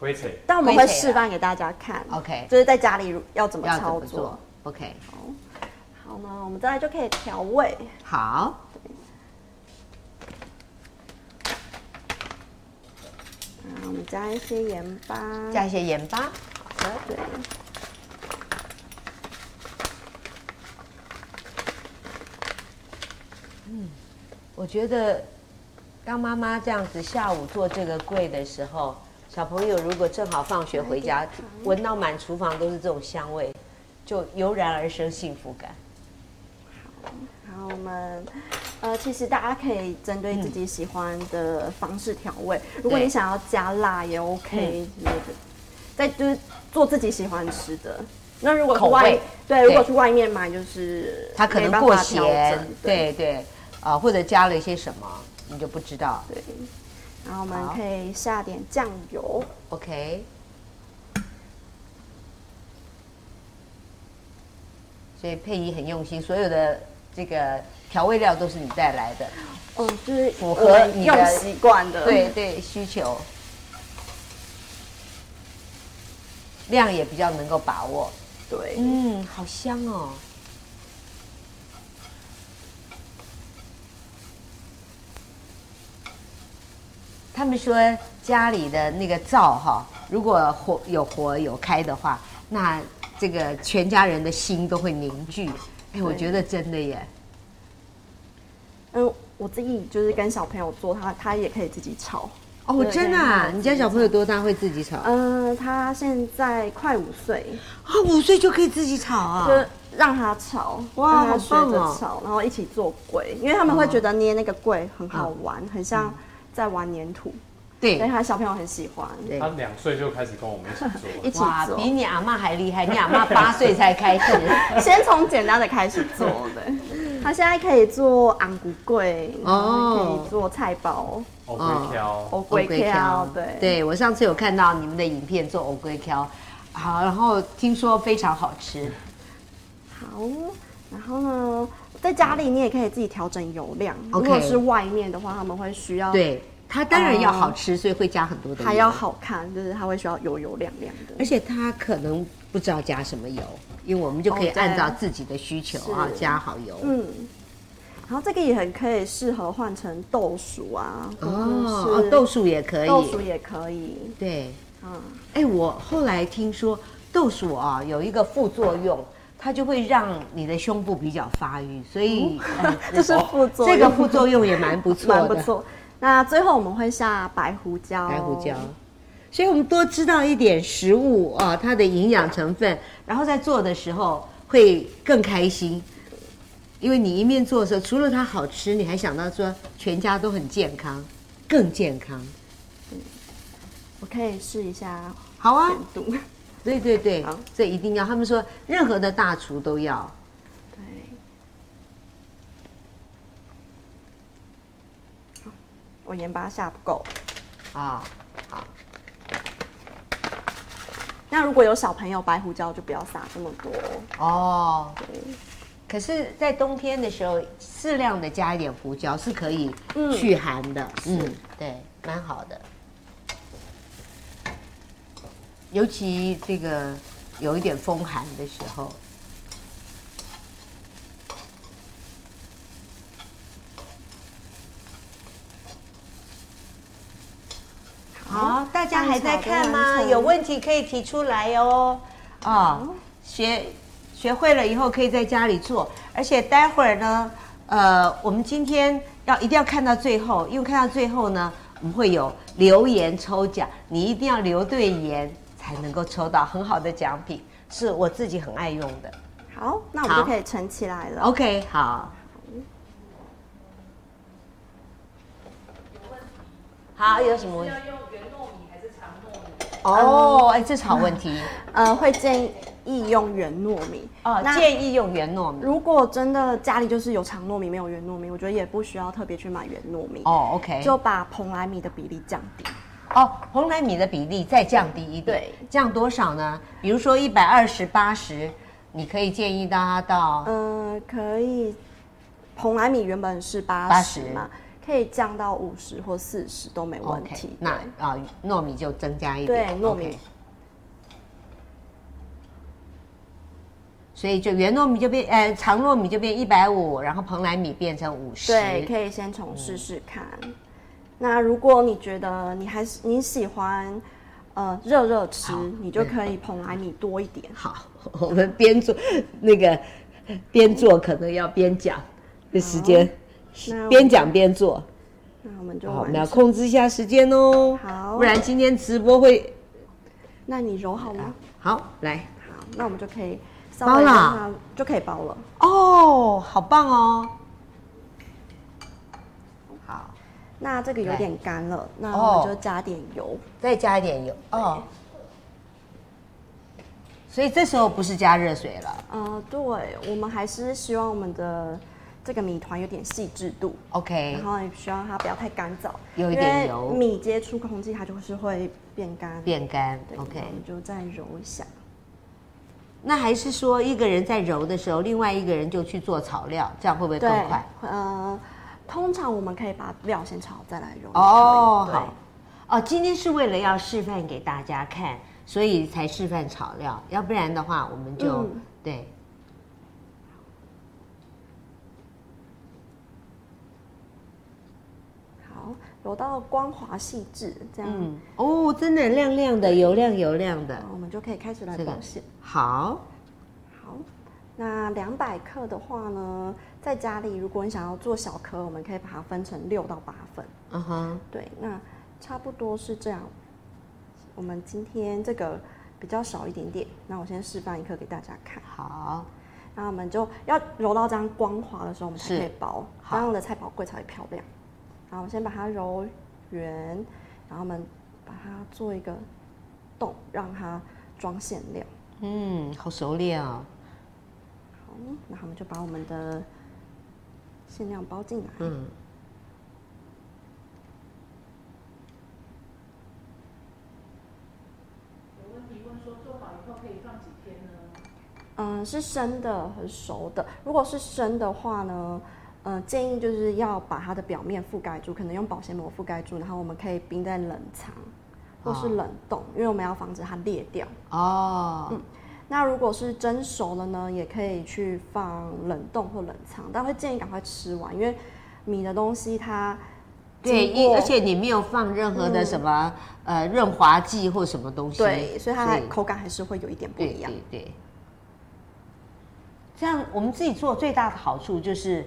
E: 龟腿
B: 但我们
A: 规
B: 会
A: 则
B: 示范给大家看
A: 啊 OK
B: 就是在家里如要怎么
A: 要怎
B: 操
A: 么
B: 作
A: 做。？OK
B: 好呢，我们再来就可以调味，
A: 好，
B: 然后我们加一些盐巴，
A: 加一些盐巴，
B: 对，
A: 我觉得当妈妈这样子下午做这个柜的时候，小朋友如果正好放学回家，闻到满厨房都是这种香味，就油然而生幸福感。
B: 然后我们。呃，其实大家可以针对自己喜欢的方式调味。如果
A: 对嗯
B: 你想要加辣也 OK 之类的，再就是做自己喜欢吃的。那如果去
A: 口
B: 外
A: 味
B: 对，如果
A: 对
B: 去外面买，就是
A: 它可
B: 没
A: 能
B: 办
A: 过
B: 法调
A: 咸
B: 整，
A: 对对，啊、或者加了一些什么，你就不知道。
B: 对。然后我们
A: 好
B: 可以下点酱油，
A: OK，所以佩仪很用心，所有的这个调味料都是你带来的，
B: 嗯，就是
A: 符
B: 我
A: 合
B: 们
A: 你的
B: 用习惯的，
A: 对对，需求量也比较能够把握。
B: 对，
A: 嗯，好香哦。他们说家里的那个灶哈，如果火有火有开的话，那这个全家人的心都会凝聚。哎，我
B: 对
A: 觉得真的耶。
B: 嗯，我自己就是跟小朋友做，他他也可以自己炒。
A: 哦，
B: 对
A: 真的、啊，
B: 对
A: 你家小朋友多大会自己炒？啊，
B: 嗯，他现在快五岁，
A: 五岁就可以自己炒啊
B: 就。让他炒，
A: 哇
B: 让他学
A: 好棒哦
B: 着炒，然后一起做龟，因为他们会觉得捏那个龟很好玩，很像在玩粘土，
A: 嗯对
B: 所以，他小朋友很喜欢，
A: 对
E: 他两岁就开始跟我们一起做
B: 一起
A: 哇，
B: 做
A: 比，你阿妈还厉害，你阿妈八岁才开始。
B: 先从简单的开始做 的。他现在可以做昂骨龟，然
A: 哦
B: 后可以做菜包，
E: 哦，龟
A: 嗯
E: 挑，
B: 哦龟条，对
A: 对我上次有看到你们的影片做藕龟条，好，然后听说非常好吃，
B: 好，然后呢，在家里你也可以自己调整油量。如
A: OK
B: 果是外面的话，他们会需要
A: 对，它当然要好吃，所以会加很多的油，
B: 哦还要，好看，就是它会需要油油亮亮
A: 而
B: 的。
A: 且它可能不知道加什么油，因为我们就可以
B: 哦对
A: 按照自己的需求啊、
B: 哦是
A: 加好油。
B: 嗯，然后这个也很可以适合换成豆薯啊，或
A: 哦，
B: 者
A: 哦
B: 是
A: 豆薯也可以，
B: 豆薯也可以。
A: 对，
B: 嗯，
A: 哎，我后来听说豆薯啊有一个副作用，它就会让你的胸部比较发育，所以、呃
B: 哦 这是副作
A: 这
B: 用，
A: 个副作用也蛮不错
B: 蛮
A: 的，
B: 不错。那最后我们会下白胡椒，
A: 白胡椒。所以我们多知道一点食物啊，它的营养成分，然后在做的时候会更开心，因为你一面做的时候，除了它好吃，你还想到说全家都很健康，更健康。
B: 我可以试一下
A: 好啊
B: 甜，度。
A: 对对对
B: 好，
A: 这一定要。他们说任何的大厨都要，
B: 对，我盐巴下不够。
A: 啊，好，
B: 那如果有小朋友，白胡椒就不要撒这么多。
A: 哦。
B: 对，
A: 可是，在冬天的时候，适量的加一点胡椒是可以
B: 嗯
A: 去寒的。
B: 是
A: 对，蛮好的。尤其这个有一点风寒的时候，好，大家还在看
B: 蛋炒
A: 吗？
B: 的完成
A: 有问题可以提出来哦。啊、学学会了以后可以在家里做，而且待会儿呢，呃，我们今天要一定要看到最后，因为看到最后呢，我们会有留言抽奖，你一定要留对言才能够抽到很好的奖品，是我自己很爱用的。
B: 好，那我们就可以盛起来了。
A: OK，好。好，有什么 问题？要用圆糯米还是长糯米？哦，哎，这是好问题。
B: 呃，会建议议用圆糯米。
A: 哦，
B: 那
A: 建议用圆糯米。
B: 如果真的家里就是有长糯米没有圆糯米，我觉得也不需要特别去买圆糯米，
A: 哦，OK，
B: 就把蓬莱米的比例降低。
A: 哦，红莱米的比例再降低一点，
B: 对，
A: 降多少呢？比如说一百二十八十，你可以建议大家到
B: 嗯、可以，蓬莱米原本是八十
A: 80
B: 嘛，可以降到五十或四十都没问
A: 哦 OK，
B: 题。
A: 那啊糯米就增加一点，
B: 对糯米
A: OK 所以就圆糯米就变，呃，长糯米就变一百五，然后蓬莱米变成五十。
B: 对，可以先从试试看。那如果你觉得你还是你喜欢，呃，热热吃
A: 好，
B: 你就可以蓬莱米多一点。
A: 好，我们边做那个边做，可能要边讲的时间，
B: 那我
A: 边讲边做。
B: 那我们就
A: 好，我
B: 完
A: 们要
B: 成。
A: 控制一下时间哦，
B: 好
A: 不然今天直播会
B: 那你揉好吗？
A: 好来
B: 好，那我们就可以稍
A: 包
B: 微
A: 了
B: 让它就可以包了。
A: 哦，好棒哦，好，
B: 那这个有点干了，那
A: 哦
B: 我们就加点油。
A: 再加一点油哦。所以这时候不是加热水了
B: 呃，对，我们还是希望我们的这个米团有点细致度，
A: ，OK，
B: 然后也需要它不要太干燥，
A: 有一
B: 因
A: 点
B: 为
A: 油
B: 米接触空气，它就是会变干。
A: 变干
B: 对
A: ，OK
B: 那。我们就再揉一下。
A: 那还是说一个人在揉的时候，另外一个人就去做草料，这样会不会更快？，
B: 呃，通常我们可以把料先炒再来揉。
A: 哦，
B: 也可以
A: 好，哦，今天是为了要示范给大家看，所以才示范炒料，要不然的话我们就、
B: 嗯
A: 对。
B: 对好，揉到光滑细致，这样，
A: 嗯，哦，真的亮亮的，油亮油亮的
B: 然，后我们就可以开始来
A: 这个
B: 包馅。
A: 好，
B: 好，那两百克的话呢，在家里如果你想要做小颗，我们可以把它分成六到八份。
A: 嗯哼，
B: 对，那差不多是这样。我们今天这个比较少一点点，那我先示范一颗给大家看。
A: 好，
B: 那我们就要揉到这样光滑的时候，我们才
A: 是
B: 可以包，
A: 好
B: 这样的菜宝柜才会漂亮。好，我们先把它揉圆，然后我们把它做一个洞，让它装馅料。
A: 嗯，好熟练哦，
B: 好，那我们就把我们的馅料包进来。
A: 嗯，
F: 有问题问说做好以后可以放几天呢？
B: 嗯，是生的和熟的。如果是生的话呢，呃，建议就是要把它的表面覆盖住，可能用保鲜膜覆盖住，然后我们可以冰在冷藏或
A: 啊
B: 是冷冻，因为我们要防止它裂掉。
A: 哦，
B: 嗯那如果是蒸熟了呢，也可以去放冷冻或冷藏，但会建议赶快吃完，因为米的东西它
A: 对，
B: 经
A: 一
B: 过嗯
A: 而且你没有放任何的什么、呃润滑剂或什么东西，
B: 对，所以它的口感还是会有一点不
A: 对
B: 一样。
A: 对对。这样我们自己做最大的好处就是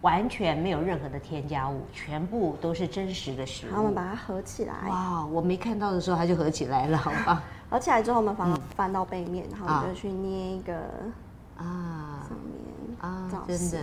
A: 完全没有任何的添加物，全部都是真实的食
B: 然后我们
A: 物。
B: 把它合起来，
A: 嗯哇，我没看到的时候它就合起来了，好吧？
B: 合起来之后，我们把它翻到背面，然后我
A: 嗯啊
B: 们就去捏一个
A: 啊
B: 上面
A: 啊
B: 造，
A: 真的
B: 型。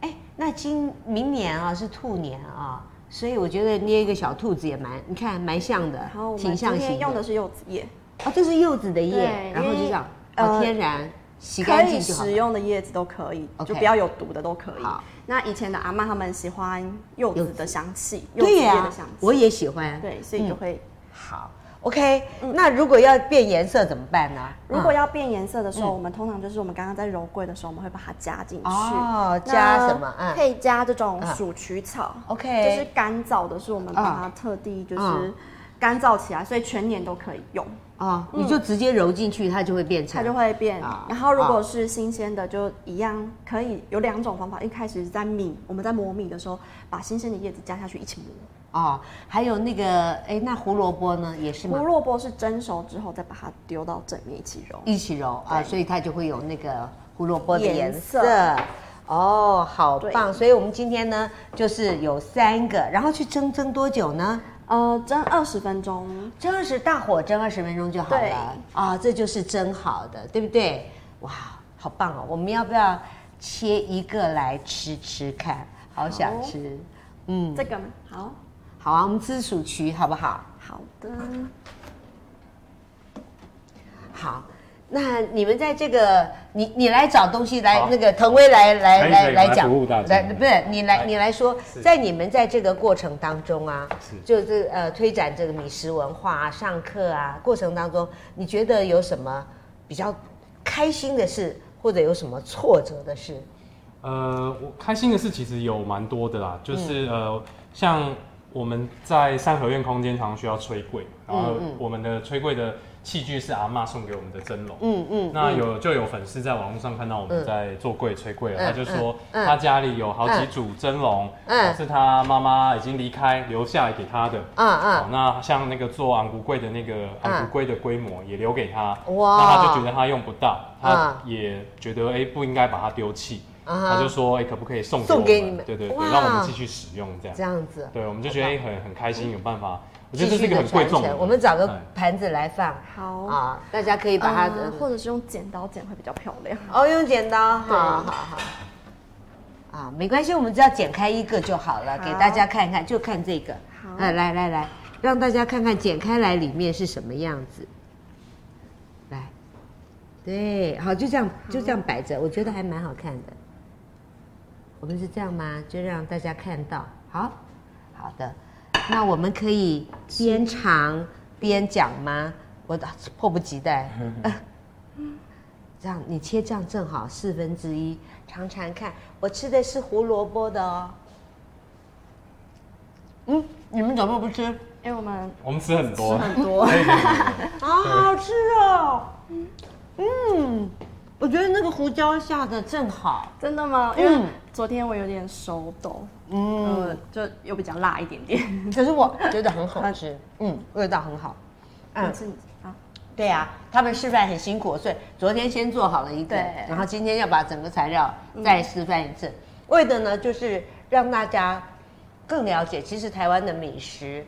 A: 哎，那今明年啊是兔年啊，所以我觉得捏一个小兔子也蛮，你看蛮像的
B: 然后，我
A: 挺
B: 们今
A: 像
B: 天
A: 型
B: 用的
A: 的。
B: 是柚子叶，
A: 哦，这是柚子的叶，
B: 对
A: 然后
B: 因
A: 就
B: 为
A: 这样，好
B: 呃
A: 天然，洗
B: 可
A: 干
B: 以
A: 净就好
B: 食
A: 了。
B: 用的叶子都可以
A: OK
B: 就不要有毒的都可以
A: 好。
B: 那以前的阿妈他们喜欢柚
A: 柚
B: 子
A: 子
B: 的香气，柚子
A: 对
B: 叶
A: 呀
B: 的香气，，
A: 我也喜欢。
B: 对，所以就
A: 嗯
B: 会。
A: 好，OK、那如果要变颜色怎么办呢？
B: 如果要变颜色的时候，
A: 嗯
B: 我们通常就是我们刚刚在揉桂的时候，我们会把它加进去。
A: 哦
B: 那
A: 加什么嗯
B: 可以加这种
A: 嗯
B: 鼠曲草
A: OK
B: 就是干燥的，是我们把它特地就是
A: 嗯
B: 干燥起来，所以全年都可以用，
A: 嗯哦，你就直接揉进去，它就会变成
B: 它就会变
A: 啊。
B: 然后如
A: 啊
B: 果是新鲜的，就一样可以有两种方法。一开始在米，我们在磨米的时候，把新鲜的叶子加下去一起磨。
A: 哦。还有那个，哎，那胡萝卜呢，也是吗
B: 胡？萝卜是蒸熟之后再把它丢到正面一起揉。
A: 一起揉啊，
B: 对
A: 所以它就会有那个胡萝卜的颜
B: 颜
A: 色
B: 色。
A: 哦，好
B: 对
A: 棒！所以我们今天呢，就是有三个，然后去蒸蒸多久呢？
B: 呃，
A: 嗯
B: 蒸二十分钟，
A: 蒸二十大火蒸二十分钟就好
B: 对
A: 了啊，这就是蒸好的，对不对？哇，好棒哦！我们要不要切一个来吃吃看？好想吃，嗯，
B: 这个吗？好，
A: 好啊，我们吃鼠曲好不好？
B: 好的。
A: 好，那你们在这个，你你来找东西来
C: 好，
A: 那个腾威来来
C: 可以
A: 来
C: 可以
A: 来
C: 我来
A: 讲
C: 服务大，家
A: 来不是你来
C: 来
A: 你来说，
C: 是
A: 在你们在这个过程当中啊，
C: 是
A: 就是呃推展这个米食文化啊、上课啊过程当中，你觉得有什么比较开心的事，或者有什么挫折的事？
C: 呃，我开心的事其实有蛮多的啦，
A: 嗯
C: 就是、呃，像我们在三合院空间常常需要吹柜，然后
A: 嗯嗯
C: 我们的吹柜的器具是阿嬷送给我们的蒸笼。
A: 嗯嗯，
C: 那
A: 嗯
C: 有就有粉丝在网络上看到我
A: 嗯
C: 们在做柜吹柜
A: 嗯
C: 了，他就说
A: 嗯嗯
C: 他家里有好几组蒸笼，
A: 嗯
C: 是他妈妈已经离开留下来给他的。
A: 啊
C: 好
A: 啊，
C: 哦那像那个做昂古柜的那个昂古柜的规模也留给他，
A: 哇
C: 那他就觉得他用不到，他
A: 啊
C: 也觉得哎、不应该把它丢弃，
A: 啊哈
C: 他就说哎、可不可以送给
A: 送
C: 我
A: 给
C: 们
A: 你们
C: 对对
A: 哇
C: 对，让我们继续使用这样
A: 这。样子，
C: 对，我们就觉得哎很很开心，有办法，我觉
A: 继
C: 得这是
A: 续
C: 一个
A: 的
C: 很贵
A: 传
C: 重的
A: 承。。我们找个
C: 哎
A: 盘子来放
B: 好，
A: 啊，大家可以把它嗯
B: 呃或者是用剪刀剪会比较漂 亮。
A: 哦，用剪刀，好好好。啊，没关系，我们只要剪开一个就好了，
B: 好
A: 给大家看一看，就看这个。
B: 好
A: 呃，来来来，让大家看看剪开来里面是什么样子。来，对，好，就这样就这样摆着，我觉得还蛮好看的。我们是这样吗？就让大家看到。好，好的，那我们可以边尝边讲吗？我的迫不及待。这样你切这样正好四分之一，尝尝看。我吃的是胡萝卜的哦。嗯，你们怎么不吃？
B: 因为我们
C: 我们吃很
B: 吃
C: 多，
B: 很
A: 嗯
B: 多，
C: 可以可
A: 哎
C: 以可以
A: 好啊好吃哦。嗯，我觉得那个胡椒下的正好。
B: 真的吗？因为昨天我有点手抖，嗯、
A: 嗯，
B: 就又比较辣一点点。
A: 可是我觉得很好吃。嗯，味道很好。嗯
B: 嗯，，是啊，
A: 对啊，他们示范很辛苦，所以昨天先做好了一个
B: 对，
A: 然后今天要把整个材料再示范一次，为的呢就是让大家更了解，其实台湾的美食，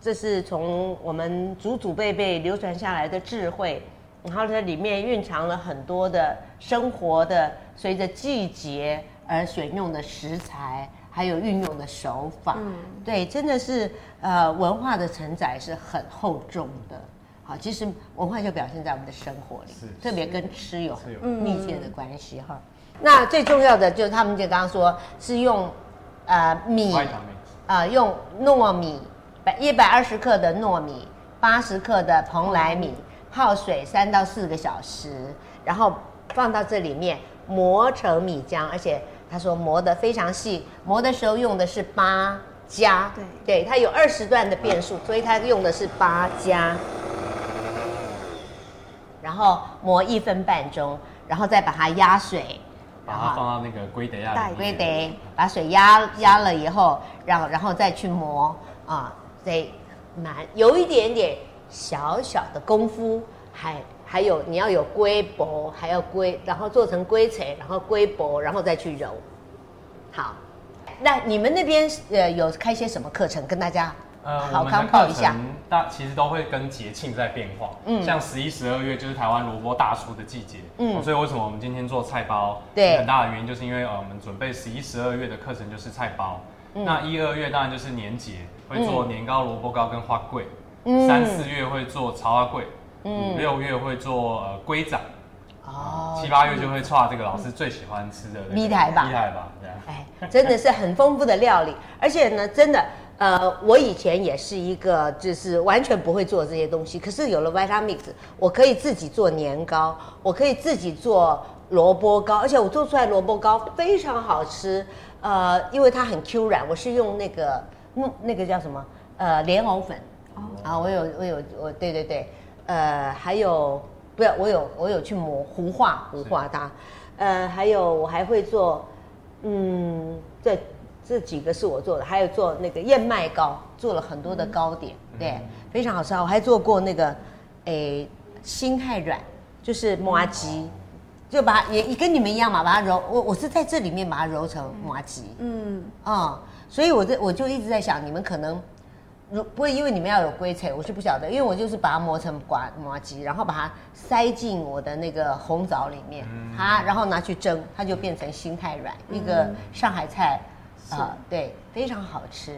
A: 这是从我们祖祖辈辈流传下来的智慧，然后它里面蕴藏了很多的生活的，随着季节而选用的食材，还有运用的手法，对，真的是呃文化的承载是很厚重的。好，其实文化就表现在我们的生活里
C: 是，
A: 特别跟吃有很
C: 是有
A: 密切的关系哈。那最重要的就是他们就刚刚说是用呃米
C: 外场美食
A: 啊，用糯米百一百二十克的糯米，八十克的蓬莱米，泡水三到四个小时，然后放到这里面磨成米浆，而且他说磨得非常细，磨的时候用的是八加，
B: 对
A: 对，它有二十段的变数，所以它用的是八加。然后磨一分半钟，然后再把它压水，
C: 把
A: 然
C: 它
A: 后。
C: 放到那个龟德亚
B: 带
C: 里
A: 归
C: 面。
A: 得把水压压了以后，然后然后再去磨啊，得蛮有一点点小小的功夫，还还有你要有龟薄，还要龟，然后做成龟锤，然后龟薄，然后再去揉。好，那你们那边呃有开些什么课程跟大家
C: 呃，
A: 好
C: 我
A: 康
C: 们的
A: 报
C: 课
A: 一下
C: 程？大其实都会跟节庆在变化，
A: 嗯
C: 像十一、十二月就是台湾萝卜大出的季节，
A: 嗯
C: 嗯、所以为什么我们今天做菜包，
A: 对
C: 很大的原因就是因为呃，我们准备十一、十二月的课程就是菜包，
A: 嗯
C: 那一二月当然就是年节，会做年糕、萝卜糕跟花桂，
A: 嗯
C: 三四月会做茶花桂，
A: 嗯
C: 五六月会做呃龟掌，
A: 哦
C: 七八月就会串这个老师最喜欢吃的那个
A: 米苔吧
C: 米苔吧，对啊
A: 哎，真的是很丰富的料理，而且呢，真的，呃，我以前也是一个就是完全不会做这些东西，可是有了 Vitamix，我可以自己做年糕，我可以自己做萝卜糕，而且我做出来萝卜糕非常好吃，呃，因为它很 Q 软，我是用那个嗯那个叫什么呃莲藕粉，啊，我有我有我对对对，呃，还有不要我有我有去磨糊化糊化它，呃，还有我还会做。嗯，这这几个是我做的，还有做那个燕麦糕，做了很多的糕点，对，非常好吃啊！我还做过那个，诶，心太软，就是麻吉，就把它也也跟你们一样嘛，把它揉，我我是在这里面把它揉成麻吉，
B: 嗯，
A: 啊、所以我在我就一直在想，你们可能如不会因为你们要有龟腿，我是不晓得，因为我就是把它磨成瓜麻吉，然后把它塞进我的那个红枣里面，它然后拿去蒸，它就变成心太软，一个上海菜，啊、对，非常好吃。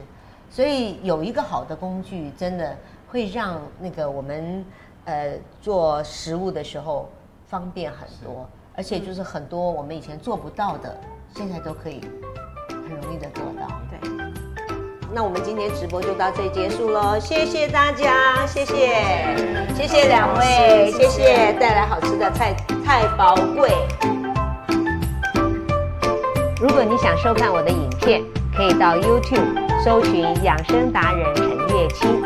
A: 所以有一个好的工具，真的会让那个我们呃做食物的时候方便很多，而且就是很多我们以前做不到的，现在都可以很容易的做到。
B: 对。
A: 那我们今天直播就到这里结束喽，谢谢大家，谢谢，谢谢两位，谢谢带来好吃的菜菜宝贵。如果你想收看我的影片，可以到 YouTube 搜寻“养生达人陈月清”，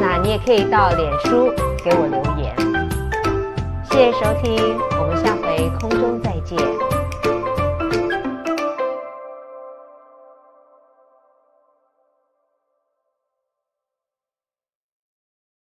A: 那你也可以到脸书给我留言。谢谢收听，我们下回空中再见。